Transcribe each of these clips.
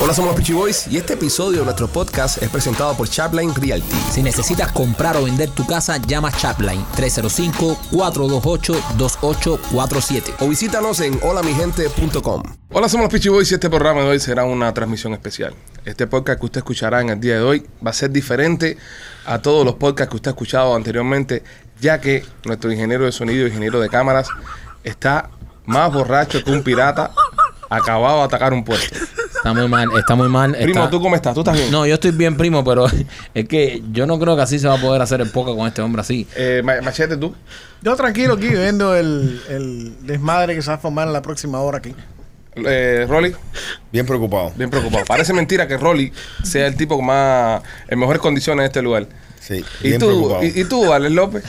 Hola, somos los Peachy Boys y este episodio de nuestro podcast es presentado por Chapline Realty. Si necesitas comprar o vender tu casa, llama Chapline 305-428-2847. O visítanos en holamigente.com. Hola, somos los Peachy Boys y este programa de hoy será una transmisión especial. Este podcast que usted escuchará en el día de hoy va a ser diferente a todos los podcasts que usted ha escuchado anteriormente, ya que nuestro ingeniero de sonido, ingeniero de cámaras, está más borracho que un pirata acabado de atacar un puesto. Está muy mal, está muy mal. Primo, está- ¿tú cómo estás? ¿Tú estás bien? No, yo estoy bien, primo, pero es que yo no creo que así se va a poder hacer el poca con este hombre así. Eh, ma- machete, ¿tú? Yo tranquilo aquí viendo el, el desmadre que se va a formar en la próxima hora aquí. Eh, Rolly, Bien preocupado. bien preocupado. Parece mentira que Rolly sea el tipo con más, en mejores condiciones en este lugar. Sí, ¿Y bien tú, preocupado. y, y tú, Alex López?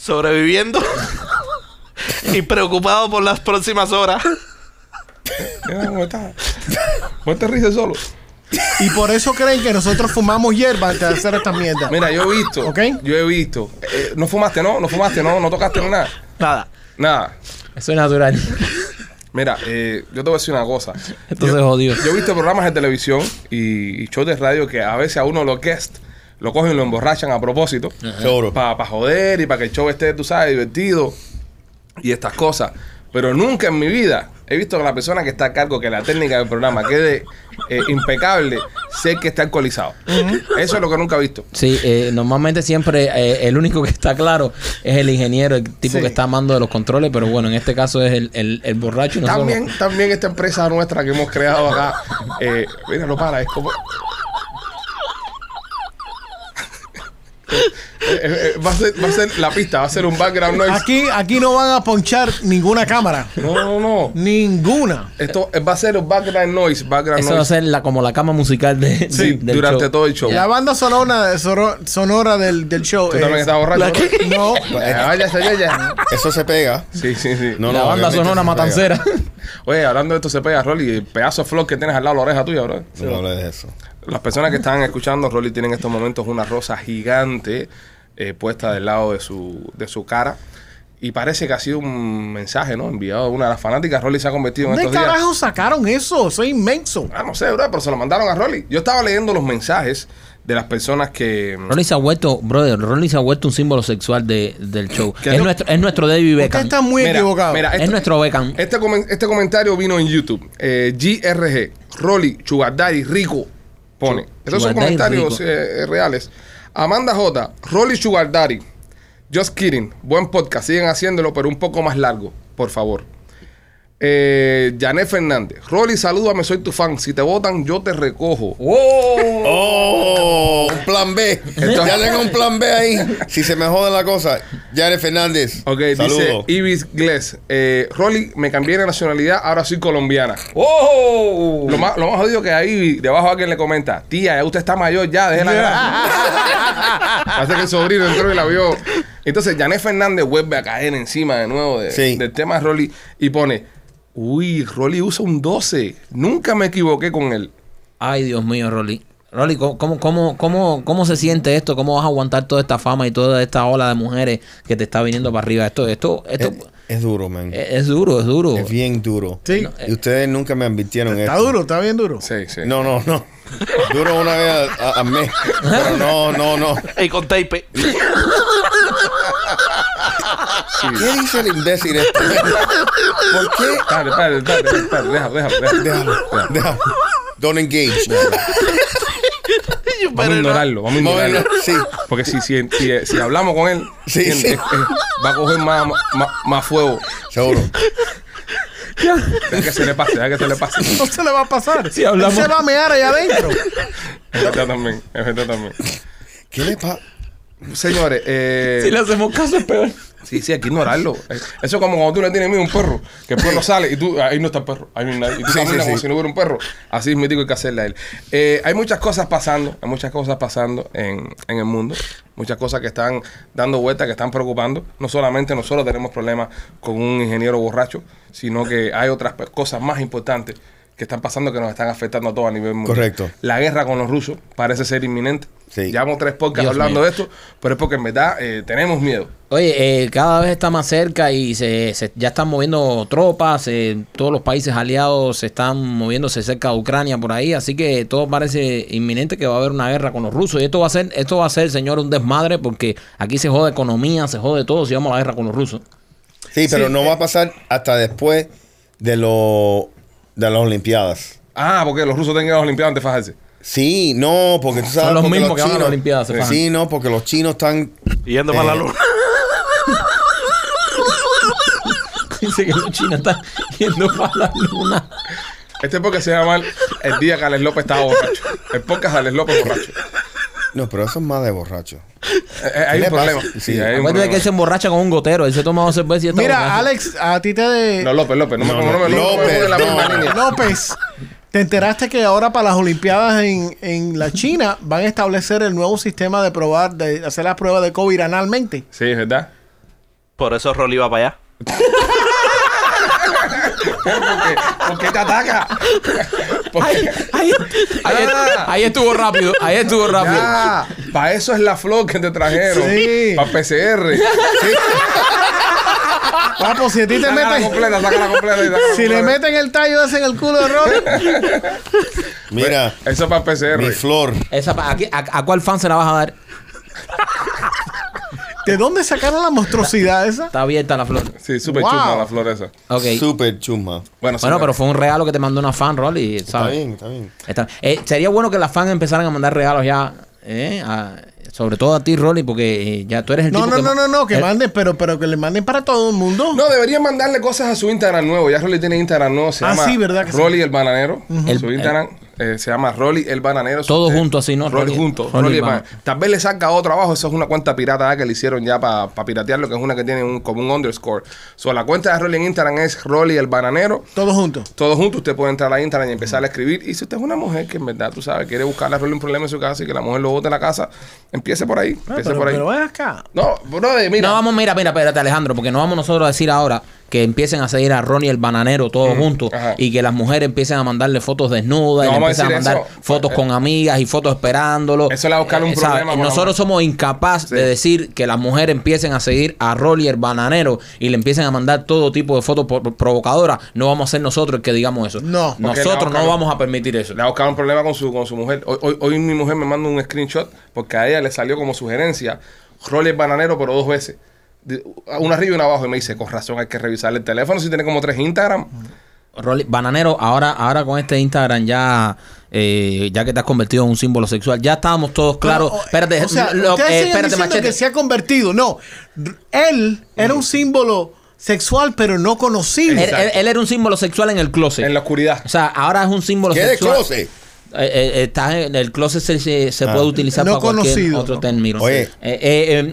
sobreviviendo y preocupado por las próximas horas. Mira ¿Cómo estás? ¿Cómo te ríes solo? Y por eso creen que nosotros fumamos hierba antes de hacer estas mierdas. Mira, yo he visto. ¿Ok? Yo he visto. Eh, no fumaste, ¿no? No fumaste, ¿no? No tocaste ni nada. Nada. Nada. Eso es natural. Mira, eh, yo te voy a decir una cosa. Entonces yo, jodido. yo he visto programas de televisión y, y shows de radio que a veces a uno los guests lo cogen y lo emborrachan a propósito. Seguro. Para joder y para que el show esté, tú sabes, divertido y estas cosas. Pero nunca en mi vida he visto que la persona que está a cargo, que la técnica del programa quede eh, impecable, sé que está alcoholizado. Eso es lo que nunca he visto. Sí, eh, normalmente siempre eh, el único que está claro es el ingeniero, el tipo Sí. que está mando de los controles, pero bueno, en este caso es el, el, el borracho. y nosotros- También, también esta empresa nuestra que hemos creado acá. Eh, mira, no para, es como. Eh, eh, eh, va, a ser, va a ser la pista, va a ser un background noise. Aquí, aquí no van a ponchar ninguna cámara. No, no, no. Ninguna. Esto va a ser un background noise. Background Eso va a noise. ser la, como la cama musical de, Sí, del durante show. todo el show. La banda sonora, soro- sonora del, del show. Tú también es- estás borracho. ¿La ¿no? qué? No, Eh, vaya, vaya, ya. Eso se pega. Sí, sí, sí. No, la no, banda sonora obviamente se pega. matancera. Oye, hablando de esto, se pega, Rolly. El pedazo de flor que tienes al lado de la oreja tuya, bro. No hables de eso. Las personas que están escuchando, Rolly tiene en estos momentos una rosa gigante eh, puesta del lado de su, de su cara. Y parece que ha sido un mensaje, ¿no? Enviado a una de las fanáticas. Rolly se ha convertido en ¿dónde estos días. carajo sacaron eso? Soy inmenso. Ah, no sé, bro, pero se lo mandaron a Rolly. Yo estaba leyendo los mensajes de las personas que. Rolly se ha vuelto, brother, Rolly se ha vuelto un símbolo sexual de, del show. Que Es no- nuestro, es nuestro David Usted Beckham. está muy Mira, equivocado. mira, Es nuestro Beckham. Este, comen- este comentario vino en YouTube. Eh, GRG, Rolly, Sugar Daddy, Rico, pone. Esos son Sugar Daddy comentarios Rico. eh, eh, reales. Amanda J, Rolly Sugar Daddy. Just kidding. Buen podcast. Siguen haciéndolo, pero un poco más largo, por favor. Eh, Janet Fernández. Rolly, salúdame, soy tu fan. Si te votan, yo te recojo. ¡Oh! Un plan B. ya tengo un plan B ahí. Si se me jode la cosa, Jared Fernández. Ok, Saludo. dice Ibis Gless. eh, Rolly, me cambié de nacionalidad, ahora soy colombiana. ¡Oh! Lo más, lo más jodido que ahí debajo alguien le comenta, tía, ya usted está mayor ya, déjela grabar". Hace que el sobrino entró y la vio. Entonces, Janet Fernández vuelve a caer encima de nuevo de- Sí. del tema de Rolly y pone, uy, Rolly usa un 12. Nunca me equivoqué con él. Ay, Dios mío, Rolly. Rolly, ¿cómo, cómo, cómo, cómo, cómo se siente esto? ¿Cómo vas a aguantar toda esta fama y toda esta ola de mujeres que te está viniendo para arriba? Esto, esto, Es, esto es duro, man. Eh, Es, es, es duro, es duro. bien duro. Sí. Y ustedes nunca me advirtieron Está esto. duro, está bien duro. Sí, sí. No, no, no. Duro una vez a- a- al mes. Pero no, no, no. Y con tape. ¿Qué dice el imbécil este? ¿Por qué? Dale, dale, dale, dale, déjalo, déjalo, déjalo. Déjalo, Déjalo. déjalo. Don't engage. Y yo, Vamos a pero no. ignorarlo, vamos a Móvelo. ignorarlo. Sí. Porque si, si, si, si hablamos con él, Sí, él- sí. eh, eh, va a coger más, más, más fuego. Seguro. Deja que se le pase, deja que se le pase. No se le va a pasar. Si hablamos- Él se va a mear allá adentro. Es verdad también, es verdad también. ¿Qué le pasa? Señores, eh, Si le hacemos caso es peor. sí, sí, hay que ignorarlo. Eh, Eso es como cuando tú le tienes miedo a un perro, que el perro sale y tú, ahí no está el perro, ahí no hay nadie. Y tú Sí, caminas sí, sí. como si no hubiera un perro. Así es mítico hay que hacerle a él. Eh, hay muchas cosas pasando, hay muchas cosas pasando en, en el mundo. Muchas cosas que están dando vueltas, que están preocupando. No solamente nosotros tenemos problemas con un ingeniero borracho, sino que hay otras pe- cosas más importantes que están pasando que nos están afectando a todos a nivel mundial. Correcto. La guerra con los rusos parece ser inminente. Sí. Llevamos tres podcasts Dios hablando mío. de esto, pero es porque en verdad eh, tenemos miedo. Oye, eh, cada vez está más cerca y se, se- ya están moviendo tropas, eh, todos los países aliados se están moviéndose cerca de Ucrania por ahí, así que todo parece inminente que va a haber una guerra con los rusos y esto va a ser, esto va a ser, señor, un desmadre porque aquí se jode economía, se jode todo si vamos a la guerra con los rusos. Sí, eh. pero no va a pasar hasta después de, lo, de las Olimpiadas. Ah, porque los rusos tengan las Olimpiadas antes de fajarse. Sí, no, porque tú sabes los porque mismos que van a las Olimpiadas, se fajan. Sí, no, porque los chinos están Yendo para la Eh. luna. Dice que los chinos están yendo para la luna. Este podcast se llama El día que Alex López estaba borracho. El podcast de Alex López borracho. No, pero eso es más de borracho. Eh, eh, hay ¿Qué un le pasa? problema. Sí. Sí, hay un Acuérdate que él problema. se emborracha con un gotero, él se toma dos cervezas y está borracho. Mira, Alex, a ti te de... No, López, López. No, me- No, no, me- no, me- no me López, pongas la misma no. línea. López, ¿te enteraste que ahora para las Olimpiadas en, en la China van a establecer el nuevo sistema de probar, de hacer las pruebas de COVID analmente? Sí, es verdad. Por eso Rolly va para allá. Porque, porque te ataca. Porque, Ahí, ahí- Ah. ahí estuvo rápido, ahí estuvo rápido. para eso es la flor que te trajeron. Sí. Para PCR. Papo, si a ti te Sácala meten... completa, sácala completa. y sácala Si le completa. meten el tallo ese en el culo de Robin, Mira, Eso es para PCR. mi flor. Esa, pa- ¿a, qué- a- a cuál fan se la vas a dar? ¿de dónde sacaron la monstruosidad esa? Está abierta la flor. Sí, súper Wow. chusma la flor esa. Ok. Súper chuma. Bueno, bueno, señor. pero fue un regalo que te mandó una fan, Rolly, Está ¿sabes? bien, está bien. Está- eh, sería bueno que las fans empezaran a mandar regalos ya, ¿eh? A- sobre todo a ti, Rolly, porque eh, ya tú eres el No, tipo no, que no, ma- no, no, que Eh, manden, pero, pero que le manden para todo el mundo. No, deberían mandarle cosas a su Instagram nuevo. Ya Rolly tiene Instagram nuevo. Se Ah, llama sí, ¿verdad que sí? Rolly el Bananero. El- Su Instagram eh, se llama Rolly el Bananero. Todo Eh, junto así, ¿no? Rolly Rolly- junto. Rolly Rolly el el Bananero. Tal vez le saca otro abajo. Eso es una cuenta pirata que le hicieron ya para piratear lo que es una que tiene un, como un underscore. So, la cuenta de Rolly en Instagram es Rolly el Bananero. Todos juntos. Todos juntos usted puede entrar a Instagram y empezar a escribir. Y si usted es una mujer que en verdad, tú sabes, quiere buscarle a Rolly un problema en su casa y que la mujer lo bote de la casa, empiece por ahí. Ah, Empiece pero, por ahí. pero ven acá. No, brother, mira. No vamos, mira, mira, espérate, Alejandro, porque no vamos nosotros a decir ahora que empiecen a seguir a Ronnie el bananero todos juntos ajá. y que las mujeres empiecen a mandarle fotos desnudas No y le vamos a empiecen a decir mandar eso. fotos con amigas y fotos esperándolo. Eh, Eso le va a buscar un ¿sabes? problema con la Nosotros somos incapaces de decir que las mujeres empiecen a seguir a Ronnie el bananero y le empiecen a mandar todo tipo de fotos por- provocadoras. No vamos a ser nosotros el que digamos eso. No. Porque le va a Nosotros buscar no un- vamos a permitir eso. Le ha buscado un problema con su, con su mujer. Hoy, hoy, hoy mi mujer me manda un screenshot porque a ella le salió como sugerencia roles bananero, pero dos veces. De- Una arriba y una abajo. Y me dice, con razón, hay que revisarle el teléfono si tiene como tres Instagram. Rolly- bananero, ahora, ahora con este Instagram ya, eh, ya que te has convertido en un símbolo sexual, ya estábamos todos claros. Pero, o- eh, espérate, o sea, lo- eh, ustedes siguen espérate, diciendo machete. que se ha convertido. No, él era un símbolo sexual, pero no Él, conocido. él- él era un símbolo sexual en el closet. En la oscuridad. O sea, ahora es un símbolo ¿Qué de sexual. closet? Eh, eh, está en el closet se, se- se puede utilizar No para cualquier conocido. otro término. Oye. Eh, eh,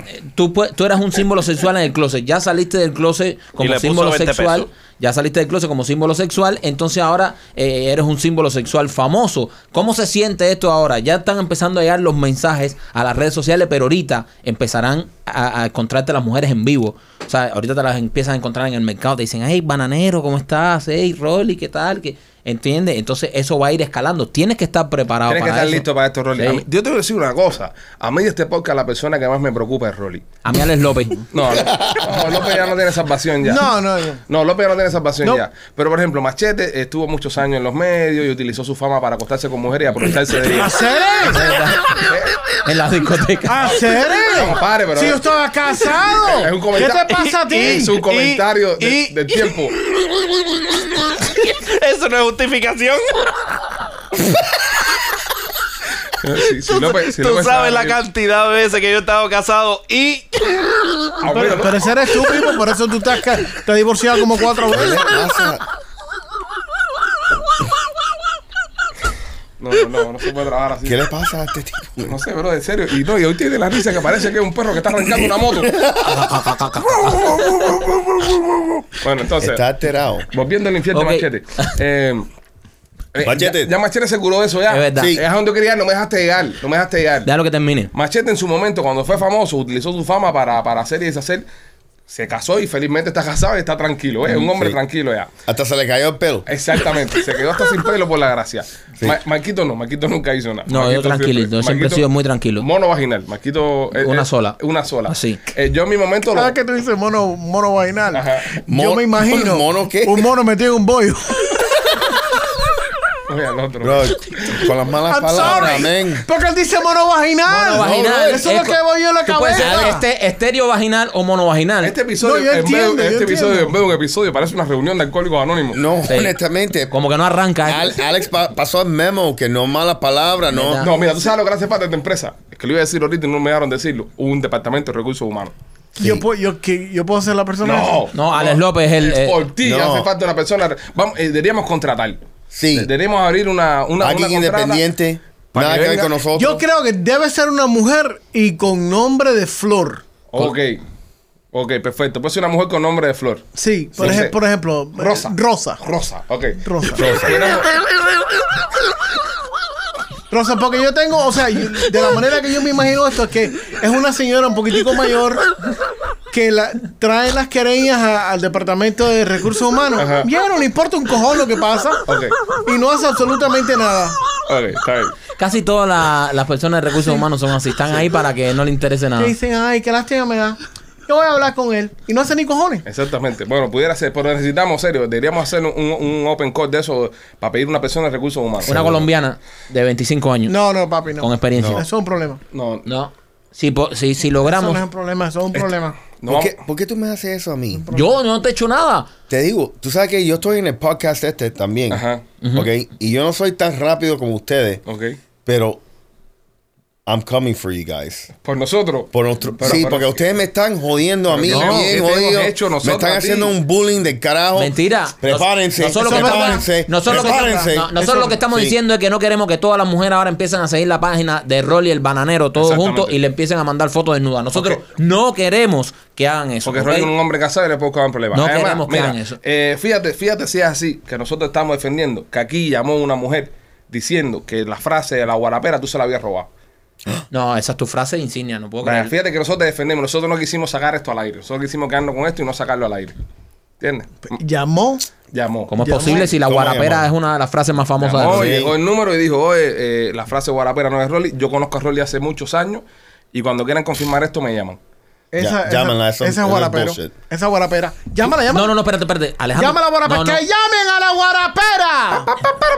eh, tú, pu- tú eras un símbolo sexual en el closet. Ya saliste del closet Y le como puso símbolo 20 sexual. pesos. Ya saliste del closet como símbolo sexual. Entonces ahora eh, eres un símbolo sexual famoso. ¿Cómo se siente esto ahora? Ya están empezando a llegar los mensajes a las redes sociales, pero ahorita empezarán a, a encontrarte las mujeres en vivo. O sea, ahorita te las empiezan a encontrar en el mercado. Te dicen, hey, bananero, ¿cómo estás? Hey, Rolly, ¿qué tal? ¿Qué? ¿Entiendes? Entonces eso va a ir escalando. Tienes que estar preparado Tienes que para estar eso. listo para esto, Rolly. Sí. A mí- yo te voy a decir una cosa. A mí de este podcast la persona que más me preocupa es Rolly. A mí Alex López. No, no, no, López ya no tiene salvación ya. No, no, no. No, López ya no tiene salvación No. ya. Pero, por ejemplo, Machete estuvo muchos años en los medios y utilizó su fama para acostarse con mujeres y aprovecharse de ellas. ¡Hacer en la discoteca. ¡Hacer No, compadre, pero- Si yo estaba casado. Es un ¿Qué comentario. te pasa a ti? Es un comentario Y- de- y- del tiempo. Eso no es justificación. Si- si tú López- si tú López sabes la sabe- cantidad de veces que yo he estado casado y. Ah, bueno, Pero, ¿no? pero ese eres tú mismo, por eso tú te has, ca- te has divorciado como cuatro ¿Qué le veces. pasa? No, no, no, no se puede trabajar así. ¿Qué le pasa a este tipo? No sé, bro, en serio. Y no, y hoy tiene la risa que parece que es un perro que está arrancando una moto. bueno, entonces, Está alterado. volviendo al infierno Ok. Machete. Eh, eh, Machete. Ya, ya Machete se curó de eso ya. Es verdad. Sí. Es a donde quería, no me dejaste llegar, no me dejaste llegar. Déjalo que termine. Machete en su momento, cuando fue famoso, utilizó su fama para, para hacer y deshacer Se casó y felizmente está casado y está tranquilo. Es un hombre sí. tranquilo ya. Hasta se le cayó el pelo. Exactamente, se quedó hasta sin pelo por la gracia. Ma- Marquito no, Marquito nunca hizo nada. No, Marquito yo tranquilito, yo siempre he Marquito- sido muy tranquilo. Mono vaginal, Marquito. eh, Una eh, sola. Ah, Una sola. Así. Eh, yo en mi momento lo. ¿Sabes Ah, que tú dices mono, mono vaginal? Ajá. Mono- Yo me imagino ¿mono qué? un mono metido en un bollo. Oye, al otro. Bro, con las malas I'm palabras, sorry. amén. Porque él dice mono vaginal. Mono vaginal. Eso es lo que voy yo en la Tú puedes ser cabeza. este, estéreo vaginal o monovaginal. Este episodio, No, yo en, vez, entiendo, de- yo este episodio entiendo. en vez de un episodio, parece una reunión de alcohólicos anónimos. No, Sí. honestamente. Como que no ¿eh? arranca. Al- Alex pa- pasó el memo que no malas palabras, no. ¿Verdad? No, mira, tú sabes lo que le hace falta a esta empresa. Es que lo iba a decir ahorita y no me dejaron decirlo. Un departamento de recursos humanos. Yo, puedo, yo, que- yo puedo ser la persona. No. No, Alex López es el- Es eh, por ti, no. hace falta una persona. Vamos, eh, deberíamos contratar. Sí. Deberíamos abrir una. una Alguien una contrata. independiente. Para Nada que que ver venga. con nosotros. Yo creo que debe ser una mujer y con nombre de flor. Ok. Ok, perfecto. Puede ser una mujer con nombre de flor. Sí, por, Sí. ej- por ejemplo, eh, Rosa. Rosa. Rosa, ok. Rosa. Tenemos- Rosa, porque yo tengo, o sea, yo- de la manera que yo me imagino esto es que es una señora un poquitico mayor que la, trae las querellas a- al departamento de recursos humanos. Ajá. Y a ella no le importa un cojón lo que pasa Ok. y no hace absolutamente nada. Ok, está bien. Casi todas la- las personas de recursos humanos son así. Están ahí para que no le interese Ah. nada. Que dicen, ay, qué lástima me da. Yo voy a hablar con él y no hace ni cojones. Exactamente. Bueno, pudiera ser, pero necesitamos, serio, deberíamos hacer un, un open call de eso para pedir una persona de recursos humanos. Una colombiana de 25 años. No, no, papi, no. Con experiencia. Eso es un problema. No, no. No. Si, po- si, si Eso logramos. no es un problema, eso es un problema. no ¿Por, vamos- qué, por qué tú me haces eso a mí? Yo no te he hecho nada. Te digo, tú sabes que yo estoy en el podcast este también. Ajá. Ok. Y yo no soy tan rápido como ustedes, Ok. pero I'm coming for you guys. Por nosotros. Por nuestro- Pero- sí, pero- porque ustedes me están jodiendo a mí. Pero no, bien ¿qué te hemos jodido. hecho me nosotros están a ti? haciendo un bullying del carajo. Mentira. Oh, Prepárense. Nos- nosotros lo que estamos- prepárense. Nosotros, lo que- prepárense. no, nosotros Eso- lo que estamos sí. diciendo es que no queremos que todas las mujeres ahora empiecen a seguir la página de Rolly el Bananero todos Exactamente. juntos y le empiecen a mandar fotos desnudas. Nosotros no queremos que hagan eso. Porque ¿ok? Rolly es un hombre casado y le puedo causar un problema. No queremos que hagan eso. eh, fíjate, fíjate si es así, que nosotros estamos defendiendo que aquí llamó una mujer diciendo que la frase de la guarapera tú se la habías robado. No, esa es tu frase insignia, no puedo Vaya, creer. fíjate que nosotros defendemos, nosotros no quisimos sacar esto al aire, nosotros quisimos quedarnos con esto y no sacarlo al aire. ¿Entiendes? Llamó. Llamó. ¿Cómo es Llamó- posible si la ¿Cómo guarapera llamó? es una de las frases más famosas de Llamó, Rolly? Sí. llegó el número y dijo, oye, eh, la frase guarapera no es Rolly. Yo conozco a Rolly hace muchos años y cuando quieran confirmar esto me llaman. Ya, Esa, llámala, eso- esa, esa eso es es guarapera. bullshit. Esa guarapera. Llámala, llámala. No, no, no, espérate, espérate. Alejandro. Llama a la guarapera. No, no. ¡Que llamen a la guarapera!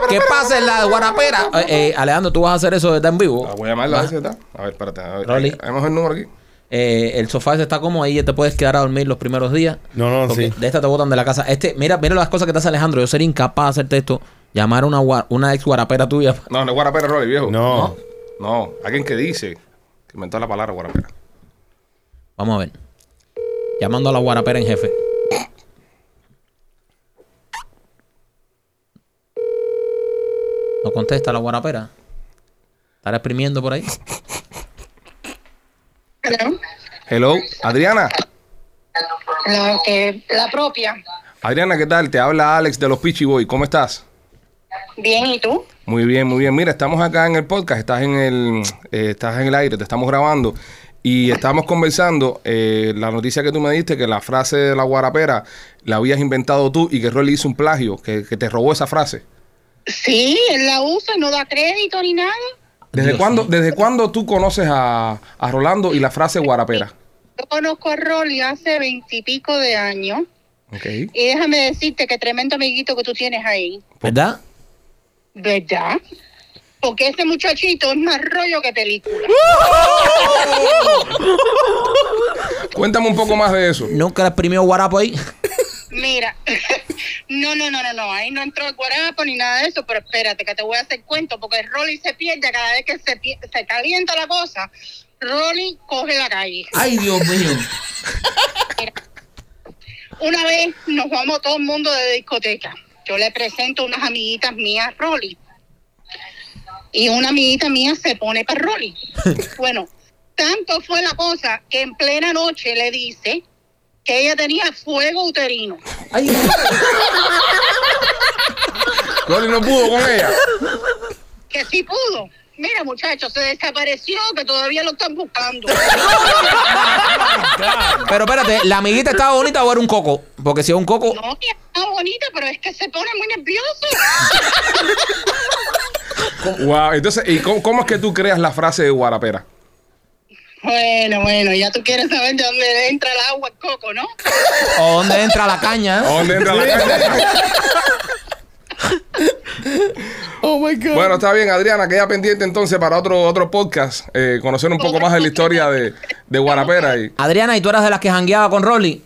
Que pase la guarapera. Eh, eh, Alejandro, tú vas a hacer eso desde en Ah, vivo. voy a llamarla a Va. ver si está. A ver, espérate. A ver, Rolly. Tenemos el número aquí. Eh, el sofá ese está cómodo, ahí ya te puedes quedar a dormir los primeros días. No, no, Porque sí. De esta te botan de la casa. Este, mira, mira las cosas que te hace Alejandro. Yo sería incapaz de hacerte esto. Llamar a una, gua- una ex guarapera tuya. No, no es guarapera, Rolly, viejo. No. No, alguien que dice que inventó la palabra guarapera. Vamos a ver. Llamando a la guarapera en jefe. No contesta la guarapera. Estará exprimiendo por ahí. Hello. Hello, Adriana. La, que, la propia. Adriana, ¿qué tal? Te habla Alex de los Peachy Boy. ¿Cómo estás? Bien, ¿y tú? Muy bien, muy bien. Mira, estamos acá en el podcast, estás en el, eh, estás en el aire, te estamos grabando y estamos conversando eh, la noticia que tú me diste, que la frase de la guarapera la habías inventado tú y que Rolly hizo un plagio, que, que te robó esa frase. Sí, él la usa, no da crédito ni nada. ¿Desde Dios cuándo, ¿Desde cuándo tú conoces a, a Rolando y la frase guarapera? Yo conozco a Rolly hace veintipico de años Ok. y déjame decirte que tremendo amiguito que tú tienes ahí, ¿Verdad? ¿verdad? Porque ese muchachito es más rollo que película. Cuéntame un poco más de eso. Nunca la exprimió guarapo ahí. Mira, no, no, no, no, no, ahí no entró el guarapo ni nada de eso, pero espérate que te voy a hacer cuento porque Rolly se pierde cada vez que se, pie- se calienta la cosa. Rolly coge la calle. Ay, Dios mío. Una vez nos vamos todo el mundo de discoteca. Yo le presento unas amiguitas mías a Rolly. Y una amiguita mía se pone para Rolly. bueno, tanto fue la cosa que en plena noche le dice que ella tenía fuego uterino. Ay, Rolly no pudo con ella. Que sí pudo. mira muchachos, se desapareció, que todavía lo están buscando. Pero espérate, ¿la amiguita estaba bonita o era un coco? Porque si es un coco, no, que está bonita, pero es que se pone muy nervioso. Wow. Entonces, ¿y cómo, cómo es que tú creas la frase de Guarapera? Bueno, bueno, ya tú quieres saber de dónde entra el agua, el coco, ¿no? ¿o dónde entra la caña? ¿A dónde entra la caña? Oh my God. Bueno, está bien, Adriana, queda pendiente entonces para otro, otro podcast, eh, conocer un poco más de la historia de, de Guarapera. Y, Adriana, ¿y tú eras de las que jangueaba con Rolly?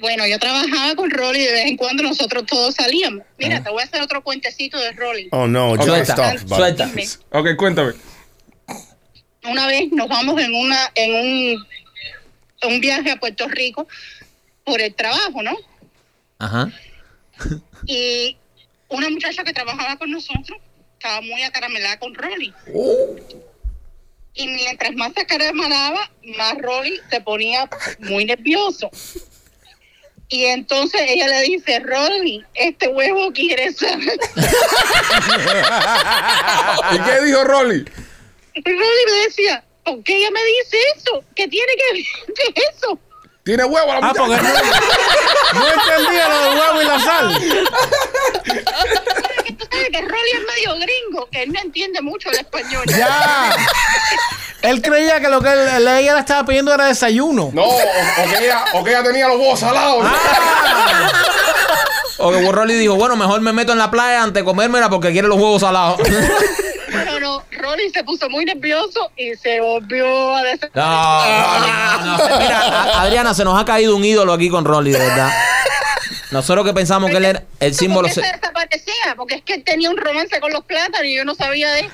Bueno, yo trabajaba con Rolly de vez en cuando nosotros todos salíamos. Mira, te voy a hacer otro cuentecito de Rolly. Oh no, Ok. John Suelta, stop. bud. suelta. Dime. ok, cuéntame. una vez nos vamos en una en un, un viaje a Puerto Rico por el trabajo, ¿no? Ajá. Y una muchacha que trabajaba con nosotros estaba muy acaramelada con Rolly. Y mientras más se acaramelaba, más Rolly se ponía muy nervioso. Y entonces ella le dice, Rolly, este huevo quiere ser. ¿Y qué dijo Rolly? Rolly me decía, ¿por qué ella me dice eso? ¿Qué tiene que ver de eso? ¿Tiene huevo la Ah, porque muchacha? no, no entendía lo del huevo y la sal. que tú sabes que Rolly es medio gringo, que él no entiende mucho el español. Ya. Él creía que lo que él- él- ella le estaba pidiendo era desayuno. No, o, o que ella, o que ella tenía los huevos salados. Ah. O que Rolly dijo, bueno, mejor me meto en la playa antes de comérmela porque quiere los huevos salados. Pero no, Rolly se puso muy nervioso y se volvió a des- No, no, no, no. Mira, a- Adriana, se nos ha caído un ídolo aquí con Rolly, de verdad. Nosotros que pensamos que él era el símbolo... ¿Por qué se- se desaparecía? Porque es que él tenía un romance con los plátanos y yo no sabía de eso.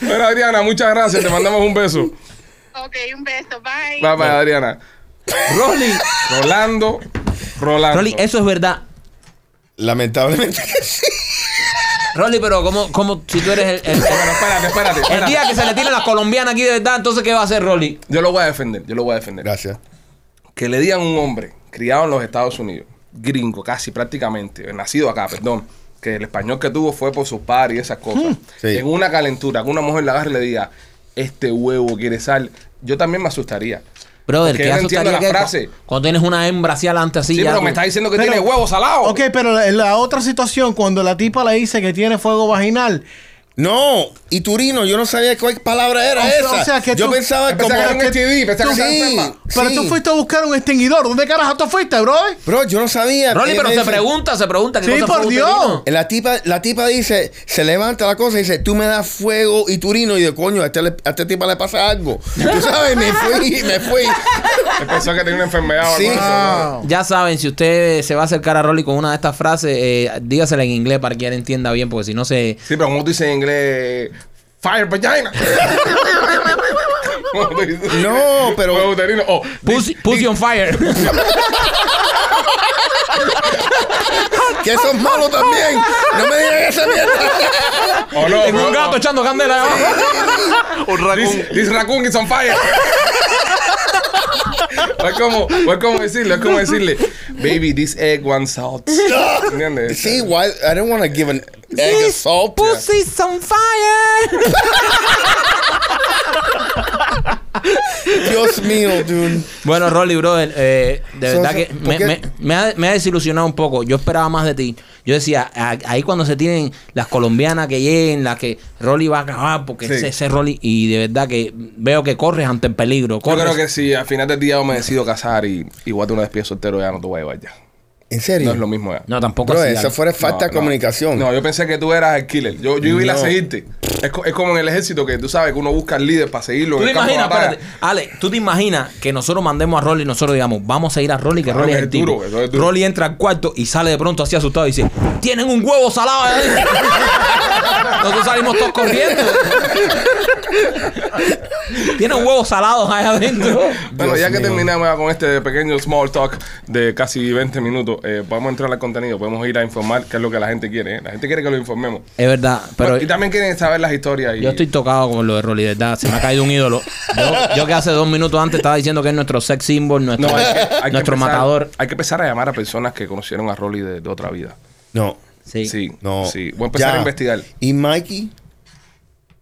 Bueno, Adriana, muchas gracias, te mandamos un beso. Ok, un beso, bye. Bye, bye, Adriana. Rolly, Rolando, Rolando. Rolly, eso es verdad. Lamentablemente que sí. Rolly, pero como, como si tú eres el, el- Bueno, espérate, espérate, el espérate. día que se le tiren las colombianas aquí de verdad, entonces ¿qué va a hacer Rolly? Yo lo voy a defender, yo lo voy a defender. Gracias. que le digan a un hombre criado en los Estados Unidos, gringo casi prácticamente, nacido acá, perdón, que el español que tuvo fue por sus padres y esas cosas, sí. en una calentura, que una mujer la agarre y le diga, este huevo quiere sal, yo también me asustaría. Brother, Porque ¿qué yo no entiendo asustaría la que frase. cuando tienes una hembra así adelante así Sí, ya pero tú- me está diciendo que Pero- tiene huevo salado. Ok, pero la, la otra situación, cuando la tipa le dice que tiene fuego vaginal, No, y Turino, yo no sabía cuál palabra era O sea- esa. o sea, que yo tú- pensaba Pensaba que era como un STD, pensaba que era Sí, enferma. pero sí. tú fuiste a buscar un extinguidor. ¿Dónde carajo tú fuiste, bro? Bro, yo no sabía. Rolly, Ella pero me se dice- pregunta, se pregunta. ¿qué Sí, cosa por fue, Dios. Turino? La tipa, la tipa dice, se levanta la cosa y dice, tú me das fuego y turino. Y de coño, a este, le- a este tipa le pasa algo. Tú sabes, me fui, me fui. Pensó que tenía una Ah, enfermedad o Sí. algo así. Ya saben, si usted se va a acercar a Rolly con una de estas frases, eh, dígasela en inglés para que él entienda bien, porque si no se... Sí, pero como tú dices en inglés, fire vagina. ¿Cómo tú dices? No, pero- Huevo uterino. Oh, Pussy, pussy on fire. Que eso es malo también. No me digan esa mierda. oh, no, Tengo no, un gato no. echando candela. abajo. Un raccoon. This, this raccoon is on fire. es, como, es como decirle, es como decirle, baby, this egg wants salt. ¿Entiendes? Sí, why, I don't want to give an egg a salt. Pussy's on fire. Dios mío, dude. Bueno, Rolly, brother, eh, de So, verdad so, que ¿por me, qué? me- me ha, me ha desilusionado un poco. Yo esperaba más de ti. Yo decía, a- ahí cuando se tienen las colombianas que lleguen, las que Rolly va a acabar, porque Sí. ese, ese Rolly, y de verdad que veo que corres ante el peligro. Yo Corres. creo que si al final del día yo me decido casar y igual tú no despides soltero, ya no te voy a llevar ya. En serio. No es lo mismo ya. No, tampoco Bro, así, esa Alex. fuera falta de no. comunicación. No, yo pensé que tú eras el killer. Yo, yo iba a ir a No. seguirte. Es, co- es como en el ejército que tú sabes que uno busca al líder para seguirlo. ¿Tú en te el campo de imaginas, batalla. espérate, Ale, tú te imaginas que nosotros mandemos a Rolly y nosotros digamos, vamos a ir a Rolly, que Claro Rolly que es el es duro, tipo. eso es duro. Rolly entra al cuarto y sale de pronto así asustado y dice, tienen un huevo salado ahí. nosotros salimos todos corriendo. tienen huevos salados ahí adentro. Bueno, ya que terminamos ya con este pequeño small talk de casi 20 minutos, eh, vamos a entrar al contenido. Podemos ir a informar qué es lo que la gente quiere. ¿eh? La gente quiere que lo informemos. Es verdad, pero y también quieren saber las historias. Y, yo estoy tocado con lo de Rolly, de ¿verdad? Se me ha caído un ídolo. Yo, yo que hace dos minutos antes estaba diciendo que es nuestro sex symbol, nuestro, No, hay que- hay que nuestro empezar- matador. Hay que empezar a llamar a personas que conocieron a Rolly de, de otra vida. No. Sí. Sí, No. sí. Voy a empezar Ya. a investigar. ¿Y Mikey?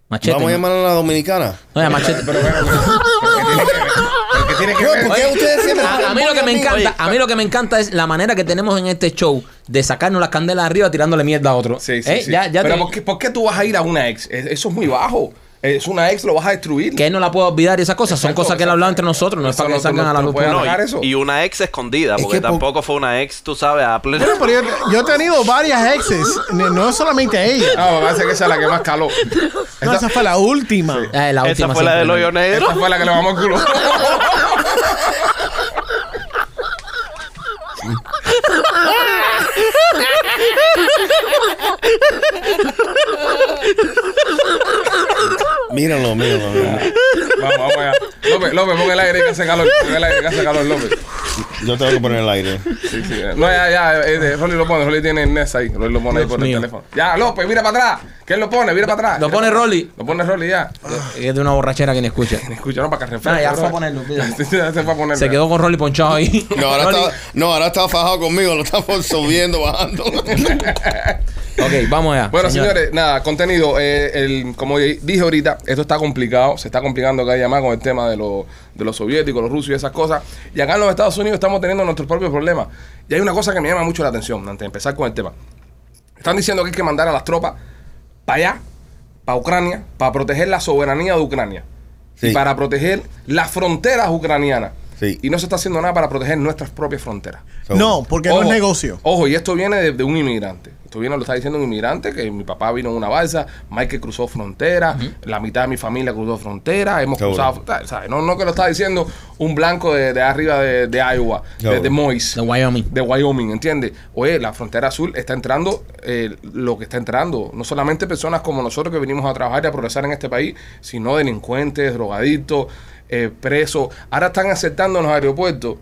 Machete. ¿Vamos a ¿no? llamar a la dominicana? No, ya, machete. Pero, pero, pero, pero, ¿qué tiene que Bro, ver? ¿por qué ustedes siempre Ah, A, a mí lo que me encanta, a mí lo que me encanta es la manera que tenemos en este show de sacarnos las candelas arriba tirándole mierda a otro. Sí, sí, Eh, sí. Ya, ya pero te- ¿por, qué, por qué tú vas a ir a una ex? Es- Eso es muy bajo. Es una ex, lo vas a destruir. que él no la puedo olvidar y esas cosas son Exacto, cosas que él exacto. hablaba entre nosotros, no es Eso para que no- salgan no- a la no luz. puede pública. No, Sacar y- eso. y, una ex escondida, Es porque que po- tampoco fue una ex, tú sabes, a pleno. Bueno, pero yo, yo he tenido varias exes, no no solamente ella. Ah, me parece que esa es la que más caló. No, esa fue la última. Eh, la Esa última fue la siempre, del ¿no? hoyo negro. Esta fue la que le vamos al culo. Míralo, míralo. míralo. Vamos, vamos allá. López, López, pon el aire que hace calor. Pon el aire que hace calor, López. Yo tengo que poner el aire. Sí, sí. No, ya, ya. eh, eh, Rolly lo pone. Rolly tiene el NES ahí. Rolly lo pone ahí Dios por mío. el teléfono. Ya, López, mira para atrás. ¿Qué él lo pone? Mira para atrás. Lo pone Rolly. Lo pone Rolly ya. Es de una borrachera que ni escucha. Escucharon para que Ah, refresque. ya bro. fue a ponerlo, mira. Sí, sí, ya se fue a ponerlo. Se quedó con Rolly ponchado ahí. No, ahora Rolly- está, no, ahora está fajado conmigo. Lo estamos subiendo, bajando. Ok, vamos allá. Bueno, señor. señores, nada, contenido. eh, el, como dije ahorita, esto está complicado. Se está complicando cada día más con el tema de, los de los soviéticos, los rusos y esas cosas. Y acá en los Estados Unidos estamos teniendo nuestros propios problemas. Y hay una cosa que me llama mucho la atención, antes de empezar con el tema. Están diciendo que hay que mandar a las tropas para allá, para Ucrania, para proteger la soberanía de Ucrania. Sí. Y para proteger las fronteras ucranianas. Sí. Y no se está haciendo nada para proteger nuestras propias fronteras. No, porque no es negocio. Ojo, y esto viene de, de un inmigrante. Esto viene, lo está diciendo un inmigrante, que mi papá vino en una balsa, Mike cruzó frontera, la mitad de mi familia cruzó frontera, hemos Seguro. cruzado frontera. ¿sabes? No, no que lo está diciendo un blanco de, de arriba de, de Iowa, de, Seguro. de Moise. De Wyoming. De Wyoming, ¿entiendes? Oye, la frontera azul está entrando eh, lo que está entrando. No solamente personas como nosotros que venimos a trabajar y a progresar en este país, sino delincuentes, drogadictos, eh, presos. Ahora están aceptando en los aeropuertos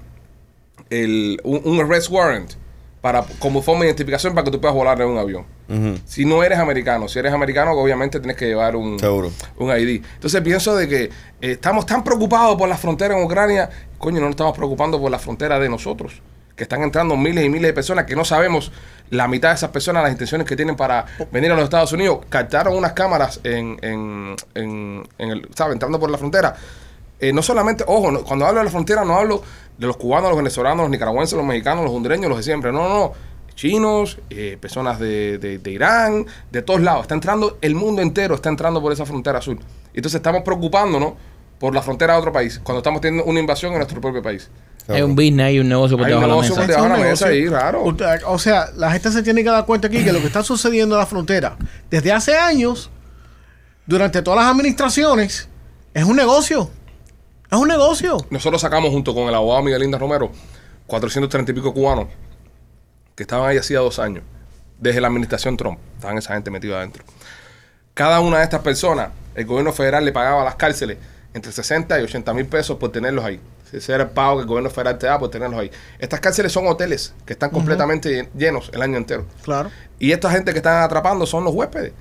el, un, un arrest warrant para, como forma de identificación para que tú puedas volar en un avión. Ujú. Si no eres americano, si eres americano, obviamente tienes que llevar un, Seguro. un ID. Entonces pienso de que eh, estamos tan preocupados por la frontera en Ucrania, coño, no nos estamos preocupando por la frontera de nosotros, que están entrando miles y miles de personas que no sabemos la mitad de esas personas, las intenciones que tienen para venir a los Estados Unidos. Captaron unas cámaras en, en, en- en el, ¿sabes? Entrando por la frontera. Eh, no solamente, ojo, no- cuando hablo de la frontera no hablo de los cubanos, los venezolanos, los nicaragüenses, los mexicanos, los hondureños, los de siempre. No, no, no. Chinos, eh, personas de, de- de Irán, de todos lados. Está entrando, el mundo entero está entrando por esa frontera sur. Entonces estamos preocupándonos por la frontera de otro país, cuando estamos teniendo una invasión en nuestro propio país. Hay un business, hay un negocio por Hay un debajo de la negocio mesa. por- Es un ahora me negocio. ves ahí, raro. Usted- O sea, la gente se tiene que dar cuenta aquí que lo que está sucediendo en la frontera desde hace años, durante todas las administraciones, es un negocio. Es un negocio. Nosotros sacamos junto con el abogado Miguel Inda Romero 430 y pico cubanos que estaban ahí hacía dos años, desde la administración Trump. Estaban esa gente metida adentro. Cada una de estas personas, el gobierno federal le pagaba a las cárceles entre 60 y 80 mil pesos por tenerlos ahí. Ese era el pago que el gobierno federal te da por tenerlos ahí. Estas cárceles son hoteles que están completamente llen- llenos el año entero. Claro. Y esta gente que están atrapando son los huéspedes.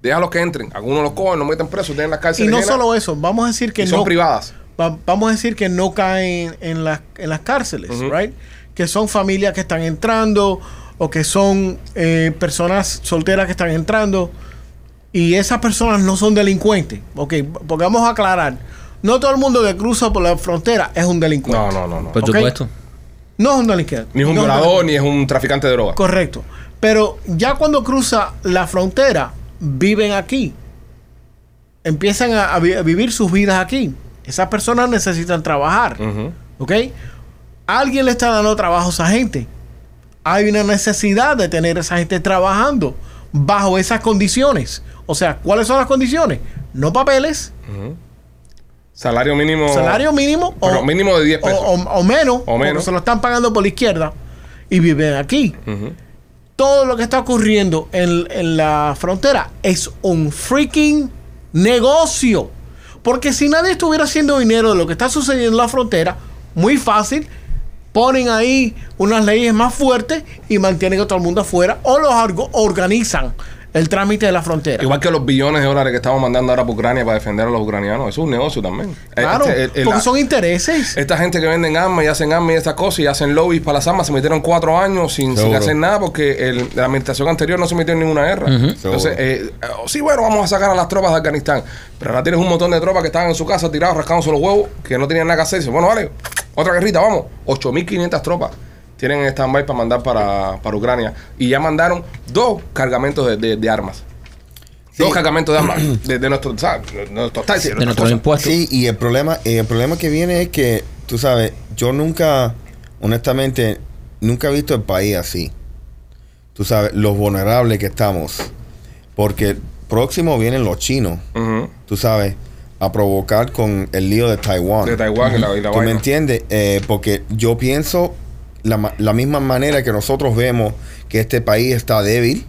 Déjalos que entren. Algunos los cogen, los meten presos, tienen las Y cárceles no llenas solo eso, vamos a decir que y son no. privadas. va- vamos a decir que no caen en las, en las cárceles, right? Que son familias que están entrando o que son eh, personas solteras que están entrando y esas personas no son delincuentes. Ok, porque vamos a aclarar. No todo el mundo que cruza por la frontera es un delincuente. No, no, no, no. Por Ok. supuesto. No, es un delincuente. Ni es un No violador, ni es un traficante de droga. Correcto. Pero ya cuando cruza la frontera, viven aquí. Empiezan a, a vi- a vivir sus vidas aquí. Esas personas necesitan trabajar. Ujú. ¿Ok? Alguien le está dando trabajo a esa gente. Hay una necesidad de tener a esa gente trabajando bajo esas condiciones. O sea, ¿cuáles son las condiciones? No papeles, Salario mínimo. salario mínimo Pero o mínimo de 10 o, pesos. o- o menos, O porque menos. se lo están pagando por la izquierda y viven aquí. Ujú. Todo lo que está ocurriendo en, en la frontera es un freaking negocio. Porque si nadie estuviera haciendo dinero de lo que está sucediendo en la frontera, muy fácil, ponen ahí unas leyes más fuertes y mantienen a todo el mundo afuera o los argo- organizan el trámite de la frontera. Igual que los billones de dólares que estamos mandando ahora para Ucrania para defender a los ucranianos. Eso es un negocio también. Claro, Este, el- el- porque la- son intereses. Esta gente que venden armas y hacen armas y estas cosas y hacen lobbies para las armas se metieron cuatro años sin, sin Seguro. hacer nada porque el- la administración anterior no se metió en ninguna guerra. Entonces, Seguro. eh, oh, sí, bueno, vamos a sacar a las tropas de Afganistán. Pero ahora tienes un montón de tropas que estaban en su casa tirados, rascándose los huevos, que no tenían nada que hacer. Dicen, bueno, vale, otra guerrita, vamos. 8.500 tropas tienen en stand-by para mandar para, para Ucrania. Y ya mandaron dos cargamentos de, de- de armas. Sí. Dos cargamentos de armas de, de nuestros ¿sabes? de nuestros taxis, de nuestros nuestras cosas. impuestos. Sí, y el problema, eh, el problema que viene es que, tú sabes, yo nunca, honestamente, nunca he visto el país así. Tú sabes, los vulnerables que estamos. Porque próximo vienen los chinos, Ujú. tú sabes, a provocar con el lío de Taiwán. De Taiwán y la, y la ¿Tú me vaina. entiendes? Eh, porque yo pienso la, ma- la misma manera que nosotros vemos que este país está débil.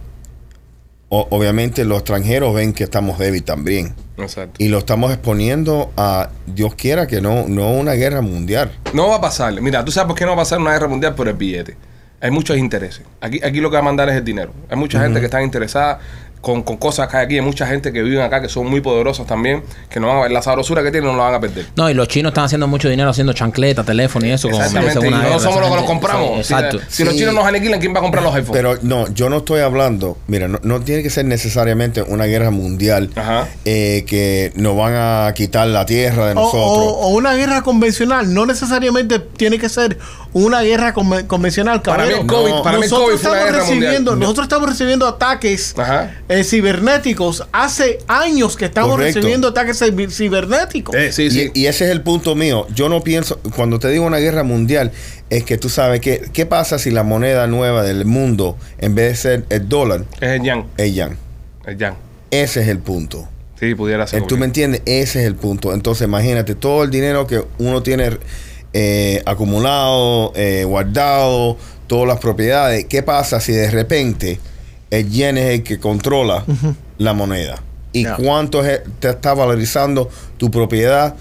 o- obviamente los extranjeros ven que estamos débil también. Exacto. Y lo estamos exponiendo a, Dios quiera que no, no una guerra mundial. No va a pasar. Mira, tú sabes por qué no va a pasar una guerra mundial por el billete. Hay muchos intereses. Aquí, aquí lo que va a mandar es el dinero. Hay mucha gente que está interesada con, con cosas que hay aquí. Hay mucha gente que vive acá que son muy poderosas también. Que no van a, la sabrosura que tienen no la van a perder. No, y los chinos están haciendo mucho dinero haciendo chancletas, teléfonos y eso. como Exactamente. merece Y una guerra. nosotros somos los que los Esa gente- compramos. Si- Exacto. Si, los Sí. chinos nos aniquilan, ¿quién va a comprar los iPhones? Pero no, yo no estoy hablando, mira, no, no tiene que ser necesariamente una guerra mundial Ajá. eh, que nos van a quitar la tierra de O, nosotros. o- o una guerra convencional, no necesariamente tiene que ser una guerra conven- convencional, Para mí cabrón. el COVID- para mí el COVID fue una guerra recibiendo, mundial. nosotros estamos recibiendo ataques Ajá. eh, cibernéticos. Hace años que estamos Correcto. recibiendo ataques ciber- cibernéticos. Eh, sí, y, sí. y ese es el punto mío. Yo no pienso, cuando te digo una guerra mundial, es que tú sabes que, ¿qué pasa si la moneda nueva del mundo, en vez de ser el dólar, es el Yang. es yan? El Yang. Ese es el punto. Sí, pudiera ser. Eh, ¿Tú me entiendes? Ese es el punto. Entonces, imagínate todo el dinero que uno tiene eh, acumulado, eh, guardado, todas las propiedades. ¿Qué pasa si de repente el yen es el que controla la moneda? ¿Y cuánto es- te está valorizando tu propiedad,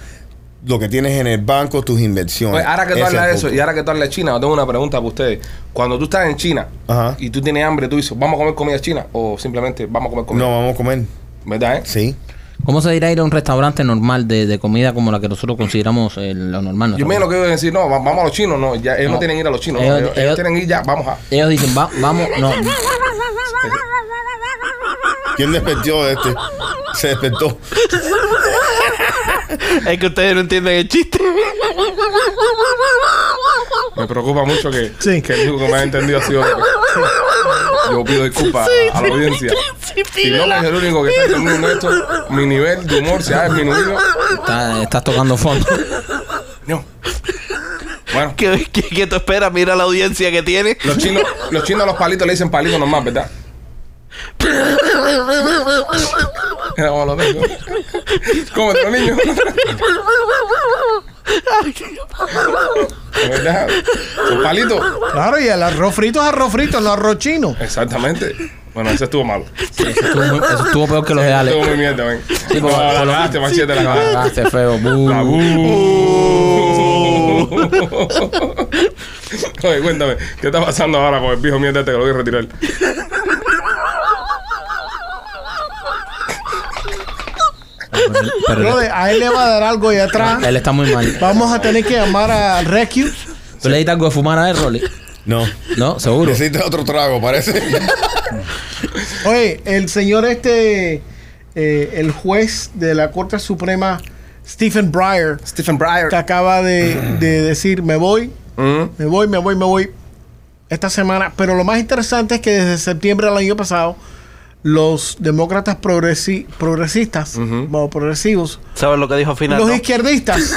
lo que tienes en el banco, tus inversiones? Oye, Pues, ahora que tú Ese hablas es de el eso punto. y ahora que tú hablas de China, yo tengo una pregunta para ustedes. Cuando tú estás en China Ajá. y tú tienes hambre, tú dices, ¿vamos a comer comida china? O simplemente, ¿vamos a comer comida? No, vamos a comer. ¿Verdad, eh? Sí. ¿Cómo se dirá ir a un restaurante normal de, de comida como la que nosotros consideramos eh, lo normal? Yo nuestra menos comida? que decir, no, va- vamos a los chinos, no, ya, ellos no, No. tienen que ir a los chinos, no, Ellos- ellos, ellos ellos- tienen que ir ya, vamos a. Ellos dicen, "Va- vamos, no. ¿Quién despertó este? Se despertó. Es que ustedes no entienden el chiste. Me preocupa mucho que, Sí. que el único que me ha entendido ha sido. Yo pido disculpas a, a la audiencia. Si no que es el único que está entendiendo esto, mi nivel de humor se ha disminuido. Está- estás tocando fondo. No. Bueno, ¿Qué, qué, qué tú esperas? Mira la audiencia que tiene. los chinos, los chinos a los palitos le dicen palito nomás, ¿verdad? Vamos a los dedos. ¿Cómo están los niños? ¿Verdad? Son palitos. Claro, y el arroz frito es arroz frito, no arroz chino. Exactamente. Bueno, ese estuvo malo. Eso estuvo, muy- eso estuvo peor que los de Ale. Estuvo muy mierda, ven. Sí, no, por- la por lo- cagaste, machete, la cagaste. Ah, qué feo. bu. La Uh. bu- Oye, cuéntame, ¿qué está pasando ahora con el viejo mierda este que lo voy a retirar? Pero Brother, a él le va a dar algo ahí atrás. él, él está muy mal. Vamos a tener que llamar a Rescue. ¿Tú le diste algo de fumar a él, Rolly? No. No, seguro. Necesitas otro trago, parece. Oye, el señor este, eh, el juez de la Corte Suprema, Stephen Breyer, Stephen Breyer. que acaba de, de decir, me voy, Mm, me voy, me voy, me voy esta semana. Pero lo más interesante es que desde septiembre del año pasado, los demócratas progresi- progresistas, bueno, progresivos, ¿Sabes lo que dijo al final? los no? izquierdistas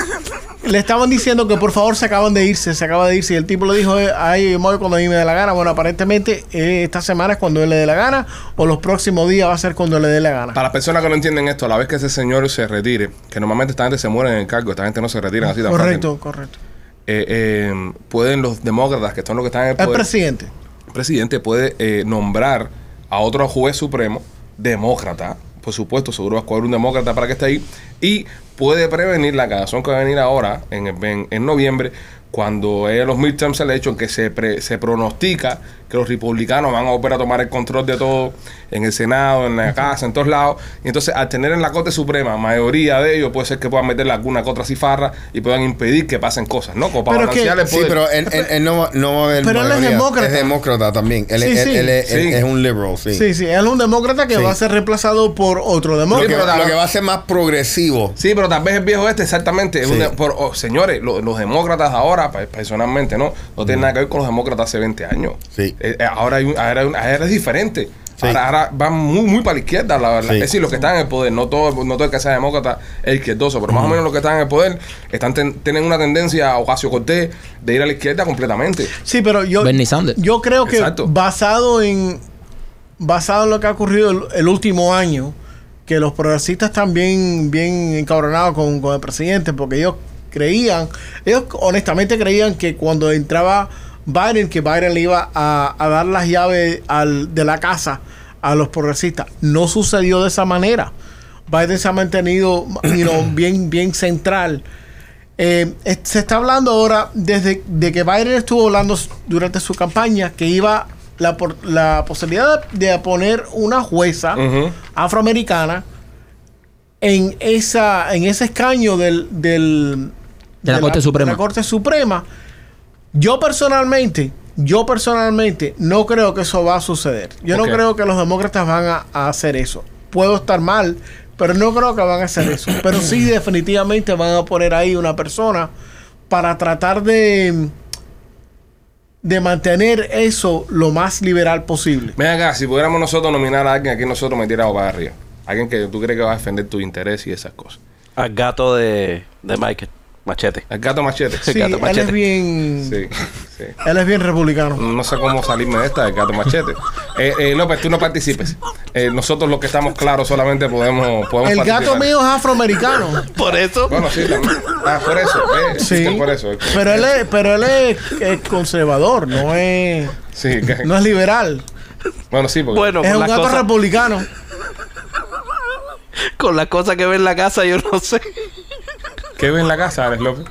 le estaban diciendo que por favor se acaban de irse, se acaba de irse. Y el tipo le dijo, eh, ay, yo me voy cuando a mí me dé la gana. Bueno, aparentemente eh, esta semana es cuando él le dé la gana o los próximos días va a ser cuando le dé la gana. Para las personas que no entienden esto, a la vez que ese señor se retire, que normalmente esta gente se muere en el cargo, esta gente no se retira así tan fácil. correcto, correcto. Eh, eh, pueden los demócratas, que son los que están en el El poder, presidente. el presidente puede eh, nombrar a otro juez supremo demócrata, por supuesto, seguro va a escoger un demócrata para que esté ahí, y puede prevenir la cagazón que va a venir ahora, en, en- en noviembre, cuando es los midterms elections, que se, pre- se pronostica que los republicanos van a volver a tomar el control de todo en el Senado, en la Casa, en todos lados. Y entonces, al tener en la Corte Suprema mayoría de ellos, puede ser que puedan meterle alguna que otra cifarra y puedan impedir que pasen cosas, ¿no? Como para Pero que- balancear el Sí, poder. pero él, él- él no, no va a haber. Pero él es demócrata. Es demócrata también. Él, Sí, él- sí. él es- él Sí. es un liberal, sí. Sí, sí, él es un demócrata que Sí. va a ser reemplazado por otro Lo, que, demócrata. pero- lo que va a ser más progresivo. Sí, pero tal vez el viejo este, exactamente. es un Sí. de- por- oh, señores, lo- los demócratas ahora, pe- personalmente, no, no tiene nada que ver con los demócratas hace 20 años. Mm. Sí. Eh, eh, ahora, hay un- ahora, hay un- ahora es diferente. Sí. Ahora, ahora van muy, muy para la izquierda, la verdad. Sí. Es decir, los que están en el poder, no todo, no todo el que sea demócrata es izquierdoso, pero más o menos los que están en el poder están ten- tienen una tendencia a Ocasio Cortés de ir a la izquierda completamente. Sí, pero yo, Bernie Sanders. yo creo que Exacto. basado en basado en lo que ha ocurrido el, el último año, que los progresistas están bien, bien encabronados con, con el presidente, porque ellos creían, ellos honestamente creían que cuando entraba Biden, que Biden le iba a, a dar las llaves al- de la casa a los progresistas. No sucedió de esa manera. Biden se ha mantenido you know, bien, bien central. Eh, es- se está hablando ahora, desde de que Biden estuvo hablando s- durante su campaña, que iba la, por- la posibilidad de, de poner una jueza Ujú. afroamericana en, esa, en ese escaño del, del- De la Corte Suprema. la Corte Suprema. Yo personalmente, yo personalmente no creo que eso va a suceder. Yo Ok. no creo que los demócratas van a, a hacer eso. Puedo estar mal, pero no creo que van a hacer eso. Pero sí definitivamente van a poner ahí una persona para tratar de de mantener eso lo más liberal posible. Ven acá, si pudiéramos nosotros nominar a alguien aquí, nosotros metiéramos para arriba. Alguien que tú crees que va a defender tus intereses y esas cosas. Al gato de, de Michael. Machete. El gato machete. Sí, gato él es machete. bien Sí, sí. él es bien republicano. No sé cómo salirme de esta de gato machete. Eh, eh, López, tú no participes. Eh, nosotros los que estamos claros solamente podemos, podemos El gato participar. mío es afroamericano. Por eso. Bueno, sí, también. Ah, por eso. eh, Sí. Por eso. eh. Pero él es, pero él es, es conservador, no es, Sí, que- no es liberal. bueno, sí, porque. Bueno, Es con un las, gato cosas, republicano. con las cosas que ve en la casa, yo no sé. ¿Qué ve en la casa, Alex López?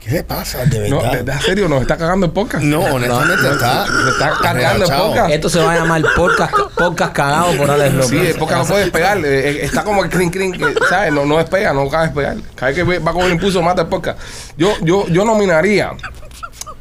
¿Qué le pasa? De No, verdad. ¿de- de- ¿en serio? ¿Nos está cagando el podcast? No, honestamente está. Se está cargando el Relajado. podcast. Esto se va a llamar podcast, podcast cagado por Alex López. Sí, el podcast no puede despegar. eh, eh, Está como el crin crin, eh, ¿sabes? No, no despega, no cabe despegar. Cada vez que ve- va a coger impulso, mata el podcast. Yo, yo, yo nominaría.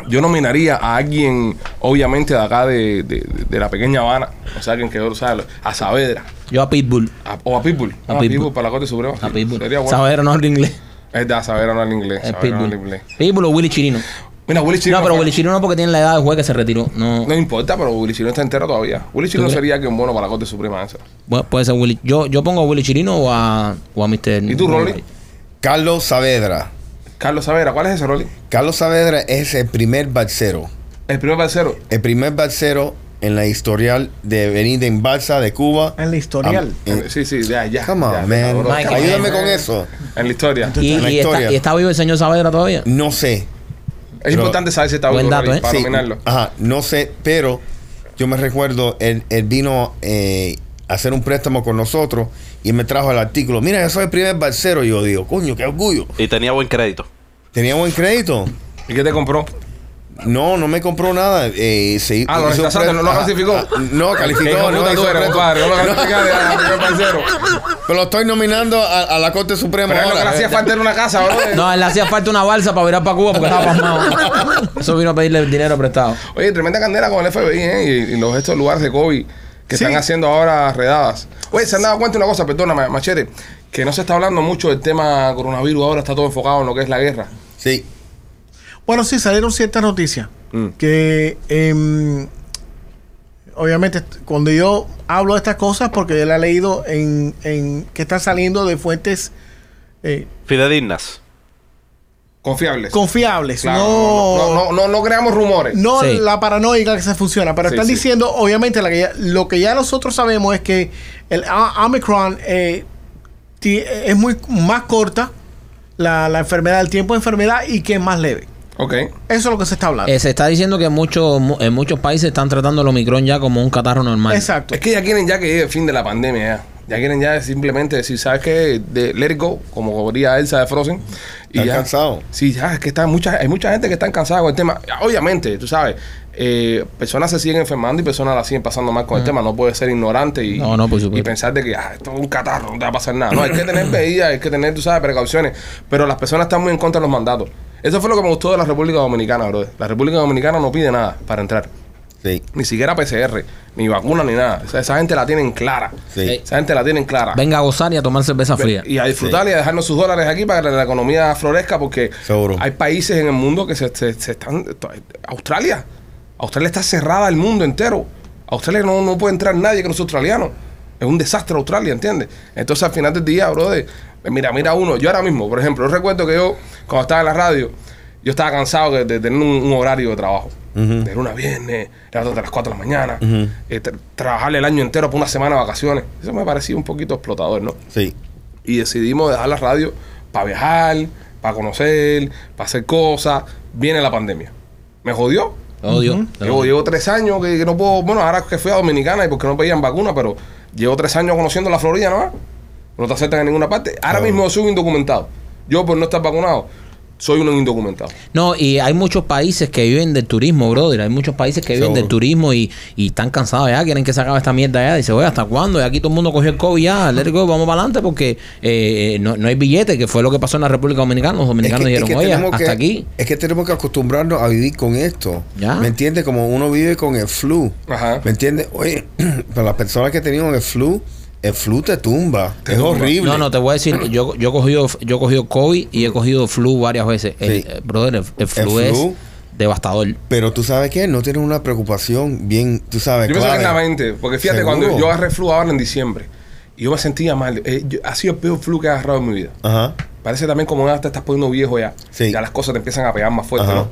Yo nominaría a alguien, obviamente, de acá de, de- de la pequeña Habana. O sea, alguien que yo sabe, a Saavedra. Yo a Pitbull. a- o a Pitbull. A No, a Pitbull. Pitbull para la Corte Suprema. A sí. Pitbull. Sería bueno. Saavedra no habla inglés. Es de Saavedra no habla inglés. Es Saavedra no habla Pitbull. inglés. Pitbull o Willy Chirino. Mira, Willy Chirino. No, pero fue- Willy Chirino porque tiene la edad de juez que se retiró. No, No importa, pero Willy Chirino está entero todavía. Willy Chirino crees? sería alguien bueno para la Corte Suprema. Esa. Bueno, puede ser Willy. Yo, yo pongo a Willy Chirino o a, o a Mr. ¿Y tú, Rolly? Carlos Saavedra. Carlos Saavedra, ¿cuál es ese, Rolly? Carlos Saavedra es el primer balsero. El primer parcero. El primer balsero en la historial de venir de Embalsa de Cuba. En la historial. Ah, en- Sí, sí, ya, ya. Come on, ya, man. cabrón. Mike, Ayúdame man. con eso. En la historia. Y, La y historia. está, y está vivo el señor Saavedra todavía. No sé. Es importante saber si está Buen vivo dato, Rolly, ¿eh? para Sí, nominarlo. Ajá, no sé, pero yo me recuerdo, él, él vino eh, a hacer un préstamo con nosotros y me trajo el artículo. Mira, yo soy el primer balsero. Y yo digo, coño, qué orgullo. Y tenía buen crédito. ¿Tenía buen crédito? ¿Y qué te compró? No, no me compró nada. Eh, sí, Ah, lo hizo un rechazaste, no lo ajá, clasificó. ajá, No, ¿Qué calificó. hijo No, puta hizo tú eres, préstamo. compadre? No lo No, clasificaste al primer parcero. pero lo estoy nominando a, a la Corte Suprema Pero es lo que le ahora. hacía falta en una casa, bro. No, él le hacía falta una balsa para virar para Cuba porque estaba pasmado. Eso vino a pedirle dinero prestado. Oye, tremenda candela con el FBI, ¿eh? Y, y los estos lugares de COVID que Sí. están haciendo ahora redadas. Oye, ¿se han dado cuenta de una cosa? Perdona, ma- Machete. Que no se está hablando mucho del tema coronavirus ahora. Está todo enfocado en lo que es la guerra. Sí, Bueno, sí, salieron ciertas noticias. Que em, obviamente cuando yo hablo de estas cosas, porque yo la he leído en, en- que está saliendo de fuentes eh, Fidedignas. Confiables. confiables, Claro, no, no, no, no, no creamos rumores. No Sí. la paranoica que se funciona, pero Sí, están sí. diciendo, obviamente, la que ya- lo que ya nosotros sabemos es que el O- Omicron eh, ti- es muy más corta la, la enfermedad, el tiempo de enfermedad y que es más leve. Ok. Eso es lo que se está hablando. Eh, se está diciendo que muchos mu- en muchos países están tratando el Omicron ya como un catarro normal. Exacto. Es que ya quieren ya que llegue el fin de la pandemia ya. Ya quieren ya simplemente decir, ¿sabes qué? De let it go, como diría Elsa de Frozen. Y Están ya, cansados. Sí, ya, es que está mucha, hay mucha gente que están cansada con el tema. Ah, Obviamente, tú sabes, eh, personas se siguen enfermando y personas la siguen pasando mal con el tema. No puedes ser ignorante y, Ah. No, no, por y supuesto. pensar de que ah, esto es un catarro, no te va a pasar nada. No, hay que tener medidas, hay que tener, tú sabes, precauciones. Pero las personas están muy en contra de los mandatos. Eso fue lo que me gustó de la República Dominicana, brother. La República Dominicana no pide nada para entrar. Sí, Ni siquiera PCR, ni vacuna, ni nada. O sea, esa gente la tienen clara. sí. Eh, Esa gente la tienen clara. Venga a gozar y a tomar cerveza fría. Y a disfrutar y a dejarnos sus dólares aquí para que la economía florezca, porque Seguro. hay países en el mundo que se, se- se están. eh, Australia. Australia está cerrada al mundo entero. Australia no, no puede entrar nadie que no sea australiano. Es un desastre Australia, ¿entiendes? Entonces al final del día, brother, eh, mira, mira uno. Yo ahora mismo, por ejemplo, yo recuerdo que yo, cuando estaba en la radio, yo estaba cansado de, de tener un, un horario de trabajo. De lunes a viernes, levantarte a las 4 de la mañana, eh, tra- trabajarle el año entero por una semana de vacaciones. Eso me parecía un poquito explotador, ¿no? Sí. y decidimos dejar la radio para viajar, para conocer, para hacer cosas. Viene la pandemia. Me jodió. Odio. Llevo, llevo tres años que, que no puedo. Bueno, ahora que fui a Dominicana y porque no pedían vacuna, pero llevo tres años conociendo la Florida nada más. No te aceptan en ninguna parte. Ahora mismo soy un indocumentado. Yo, por no estar vacunado, soy un indocumentado. No, y hay muchos países que viven del turismo, brother. Hay muchos países que viven Seguro. del turismo y, y están cansados ya, quieren que se acabe esta mierda ya. Dice, oye, ¿hasta cuándo? Y aquí todo el mundo cogió el COVID ya, let it go, vamos para adelante porque eh, eh, no, no hay billete, que fue lo que pasó en la República Dominicana. Los Es dominicanos que- es dijeron, que oye, tenemos hasta que- aquí. Es que tenemos que acostumbrarnos a vivir con esto. Ya. ¿Me entiendes? Como uno vive con el flu. Ajá. ¿Me entiendes? Oye, para las personas que tenían el flu, el flu te tumba. es tumba. horrible. No, no, te voy a decir, yo, yo he cogido, yo he cogido COVID y he cogido flu varias veces. El- Sí. eh, brother, el, el flu es flu. devastador. Pero tú sabes qué, no tienes una preocupación bien, tú sabes. Yo pienso que clave. es la mente, porque fíjate, Seguro. cuando yo agarré flu ahora en diciembre, y yo me sentía mal. eh, yo- ha sido el peor flu que he agarrado en mi vida. Ajá. Parece también como ya te estás poniendo viejo ya. Sí. Ya las cosas te empiezan a pegar más fuerte, Ajá. ¿no?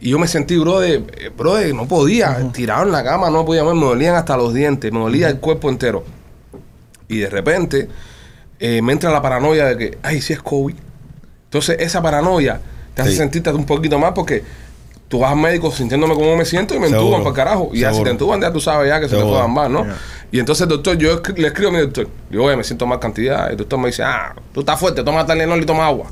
Y yo me sentí, bro, de, eh, bro, de- no podía. Tirado en la cama, no podía más. Me dolían hasta los dientes, me dolía el cuerpo entero. Y de repente eh, me entra la paranoia de que, ay, si es COVID. Entonces esa paranoia te hace Sí. sentirte un poquito más porque tú vas al médico sintiéndome como me siento y me Seguro. entuban para carajo. Y ya si Seguro. te entuban, ya "Ah, tú sabes ya que se te Seguro. jodan más, ¿no? Y entonces el doctor, yo escri- le escribo a mi doctor, yo, oye, me siento más cantidad. El doctor me dice, ah, tú estás fuerte, toma Tylenol y toma agua.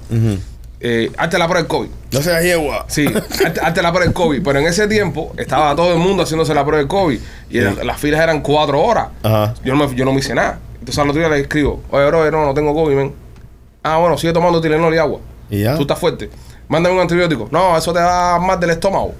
Eh, hazte la prueba del COVID. No seas yegua. Sí, hazte, hazte la prueba del COVID. Pero en ese tiempo estaba todo el mundo haciéndose la prueba del COVID. Y la- las filas eran cuatro horas. Ajá. Yo no, me, yo no me hice nada. Entonces al otro día le escribo, oye, bro, no, no tengo COVID, men. Ah, bueno, sigue tomando Tylenol y agua. Y ya. Tú estás fuerte. Mándame un antibiótico. No, eso te da más del estómago.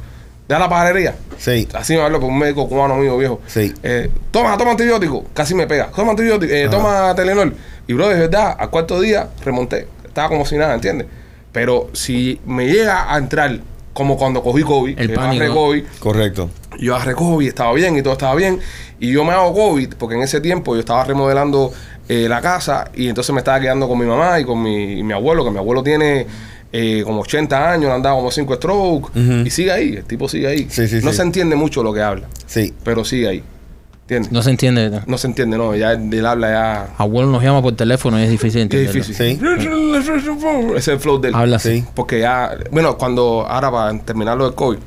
Te da la pajarería. Sí. Así me habló por un médico cubano mío viejo. Sí. Eh, toma, toma antibiótico. Casi me pega. Toma antibiótico. eh, toma Telenor. Y bro, de verdad, al cuarto día remonté. Estaba como si nada, ¿entiendes? Pero si me llega a entrar, como cuando cogí COVID, El que yo pánico. agarré COVID, Correcto. yo agarré COVID, estaba bien y todo estaba bien. Y yo me hago COVID porque en ese tiempo yo estaba remodelando eh, la casa y entonces me estaba quedando con mi mamá y con mi, y mi abuelo, que mi abuelo tiene eh, como 80 años, le han dado como 5 strokes Ujú. y sigue ahí, el tipo sigue ahí. Sí, sí, no sí. se entiende mucho lo que habla, Sí. pero sigue ahí. ¿Entiendes? No, No se entiende. ¿verdad? se entiende, no, ya él él habla ya. Abuelo nos llama por teléfono y es difícil Qué entenderlo. difícil. Sí. Ese es el flow del Habla así. Sí. porque ya, bueno, cuando ahora para terminar lo del COVID,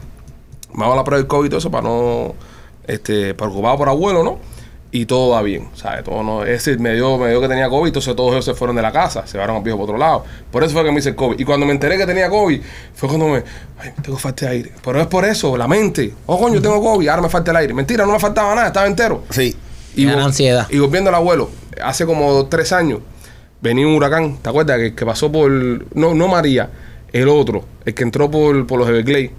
me hago la prueba del COVID y todo eso para no este, preocupado por abuelo, ¿no? Y todo va bien, ¿sabes? Todo no, es decir, me dio, me dio que tenía COVID, entonces todos ellos se fueron de la casa, se fueron a viejo por otro lado. Por eso fue que me hice el COVID. Y cuando me enteré que tenía COVID, fue cuando me, ay, tengo falta de aire. Pero es por eso, la mente. Oh, coño, tengo COVID, ahora me falta el aire. Mentira, no me faltaba nada, estaba entero. Sí. Y, Me da vol- ansiedad. y volviendo al abuelo, hace como tres años venía un huracán, ¿te acuerdas? Que, que pasó por. No, no María, el otro, el que entró por, por los Everglades,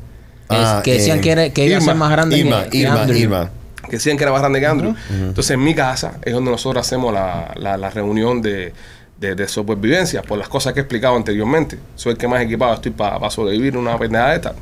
Ah, Es que decían eh, que, era, que iba a ser Irma, más grande Irma, que, que Irma, Andrew. Irma. que decían que era más grande que Andrew. Entonces en mi casa es donde nosotros hacemos la, la- la reunión de, de- de supervivencia, por las cosas que he explicado anteriormente. Soy el que más equipado estoy para sobrevivir una pendeja de esta.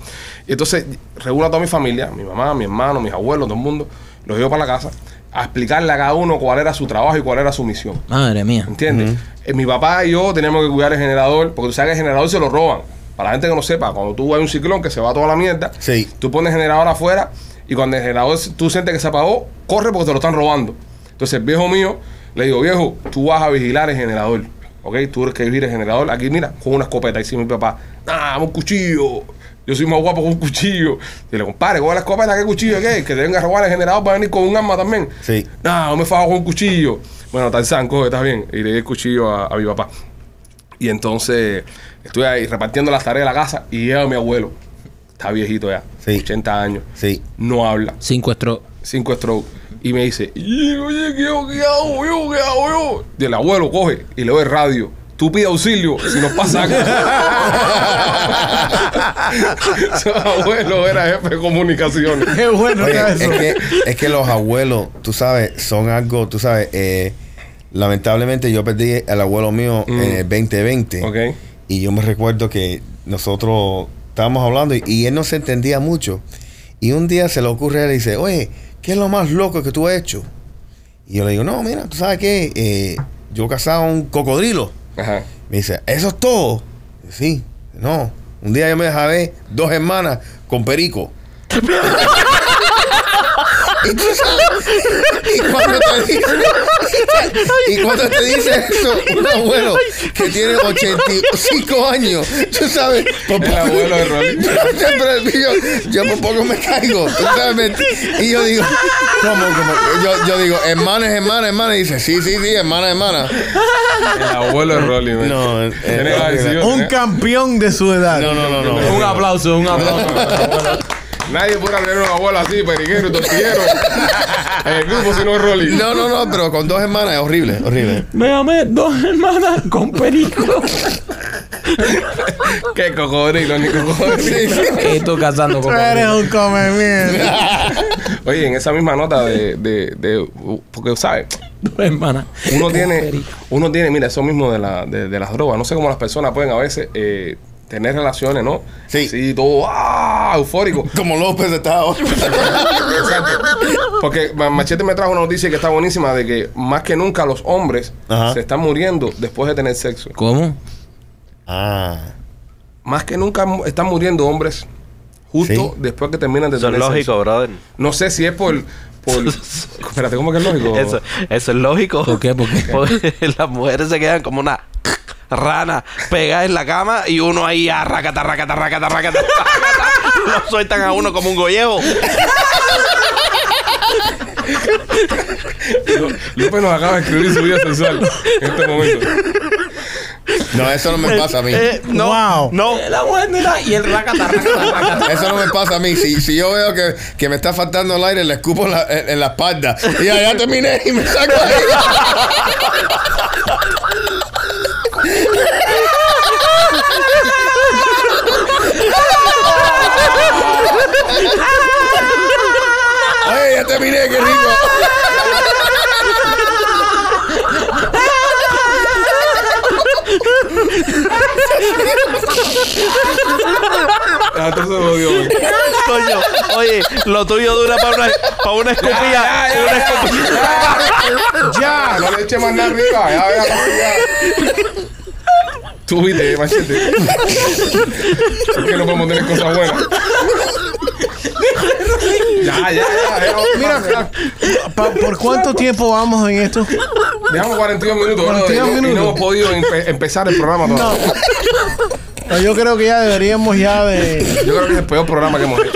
Y entonces reúno a toda mi familia, mi mamá, mi hermano, mis abuelos, todo el mundo, los llevo para la casa a explicarle a cada uno cuál era su trabajo y cuál era su misión. Madre mía. ¿Entiendes? Eh, mi papá y yo teníamos que cuidar el generador, porque tú sabes que el generador se lo roban. Para la gente que no sepa, cuando tú hay un ciclón que se va toda la mierda, Sí. tú pones el generador afuera y cuando el generador se- tú sientes que se apagó, corre porque te lo están robando. Entonces el viejo mío le digo, viejo, tú vas a vigilar el generador. ¿Ok? Tú eres que vigilar el generador. Aquí, mira, con una escopeta. Y dice mi papá, ah, un cuchillo. yo soy más guapo con un cuchillo. Y le compadre, coge las copas de la que cuchillo, ¿qué? Que te venga a robar el generador para venir con un arma también. Sí. No, no me fago con un cuchillo. Bueno, Tarzán, coge, estás bien. Y le di el cuchillo a, a mi papá. Y entonces estoy ahí repartiendo las tareas de la casa y llega mi abuelo. Está viejito ya, Sí. 80 años. Sí. No habla Cinco estro. cinco strokes. Y me dice, "Y, oye, ¿qué, hago, qué hago yo? ¿Qué hago yo? Y el abuelo coge y le doy radio. Tú pide auxilio si nos pasa algo. Su abuelo era jefe de comunicaciones. Qué bueno Oye, está es, eso. que, es que los abuelos, tú sabes, son algo, tú sabes, eh, lamentablemente yo perdí al abuelo mío en el 2020. Ok. Y yo me recuerdo que nosotros estábamos hablando y, y él no se entendía mucho. Y un día se le ocurre, le dice, oye, ¿qué es lo más loco que tú has hecho? Y yo le digo, no, mira, tú sabes que yo cazaba un cocodrilo. Ajá. Me dice, ¿eso es todo? Y, Sí, no. Un día yo me dejé dos hermanas con perico. y tú sabes, y cuando te dice, y cuando te dice eso, un abuelo que tiene 85 años, tú sabes, por El abuelo de Rolly. Pero yo, yo por poco me caigo, tú sabes, me- y yo digo, ¿cómo, cómo? Yo, yo digo, hermana, es hermana, hermana, y dice, sí, sí, sí, hermana, hermana. El abuelo de Rolly. man. No, eh, Tenía eh, 18, Un ¿eh? campeón de su edad. No, no, no, no. Un aplauso, un aplauso. Nadie puede tener un abuelo así, periquero, y tortillero. en el grupo, si no es Rolly. No, no, no, pero con dos hermanas es horrible, horrible. Me llamé dos hermanas con perico. Qué cocodrilo, ni cocodrilo. Esto casando Tú con eres un come mierda. Oye, en esa misma nota de, de, de porque, ¿sabes? dos hermanas. uno con tiene, perico. uno tiene, mira, eso mismo de, la, de, de las drogas. No sé cómo las personas pueden a veces eh, tener relaciones, ¿no? Sí. Sí, todo ¡ah! eufórico. Como López está ahora. Exacto. Porque Ma- Machete me trajo una noticia que está buenísima de que más que nunca los hombres Ajá. se están muriendo después de tener sexo. ¿Cómo? Ah, Más que nunca mu- están muriendo hombres justo Sí. después que terminan de Eso es tener lógico, sexo. brother. No sé si es por... por espérate, ¿cómo que es lógico? Eso, eso es lógico. Oh. ¿Por qué? ¿Por qué? Porque las mujeres se quedan como una rana pegada en la cama y uno ahí ah, racata, racata, racata, racata, racata. Lo sueltan a uno como un gollejo. López nos acaba de escribir su vida sexual en este momento. no, eso no me pasa a mí. Eh, no, Wow. no. La mujer mira y el racata, racata, racata. Eso no me pasa a mí. Si, si yo veo que, que me está faltando el aire, le escupo en la- en, en la espalda. Y allá terminé y me saco ahí. Oye, ya terminé, qué rico. Ah, entonces lo odio, man. Coño, oye, lo tuyo dura para una, para una escupilla. una escupilla. ya, no le eche más nada arriba. Ya, ya, ya. Tú viste, eh, machete. ¿Por qué no podemos tener cosas buenas? ya, ya, ya. ya, Mira, ya. pa- ¿por cuánto tiempo vamos en esto? Dejamos 42 minutos, bro, 42 y no- Y no minutos. hemos podido empe- empezar el programa todavía. No, Yo creo que ya deberíamos ya de... Yo creo que es el peor programa que hemos hecho.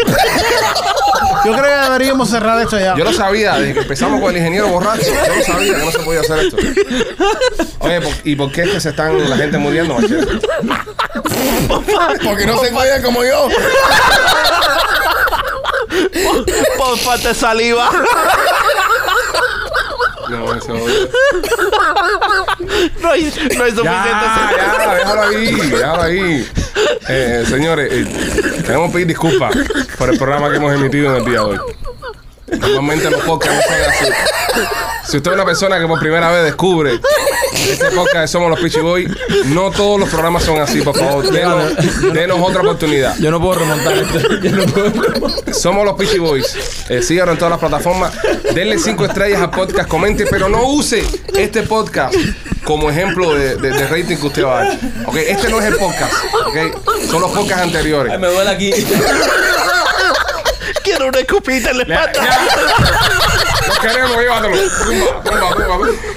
Yo creo que deberíamos cerrar esto ya. Yo lo sabía, desde que empezamos con el ingeniero borracho, yo lo sabía que no se podía hacer esto. Oye, ¿por- ¿y por qué es que se están la gente muriendo, machete? Porque no se cuidan como yo. Por falta de saliva. No, eso... No hay, no hay suficiente Ya, saliva. ya, déjalo ahí, déjalo ahí. Eh, eh, señores, eh, tenemos que pedir disculpas por el programa que hemos emitido en el día de hoy. Normalmente los podcasts no son así. Si usted es una persona que por primera vez descubre este podcast de Somos los Peachy Boys, no todos los programas son así, por favor. Denos, denos otra oportunidad. Yo no puedo remontar esto. Yo no puedo remontar. Somos los Peachy Boys. Eh, síganos en todas las plataformas. Denle cinco estrellas al podcast. Comente, pero no use este podcast como ejemplo de, de- de rating que usted va a dar. Ok, este no es el podcast. ok. Son los podcasts anteriores. Ay, me duele aquí. Quiero una escupita en la Ya, espalda. ya. Los queremos, llévatelo. Tumba, tumba, tumba.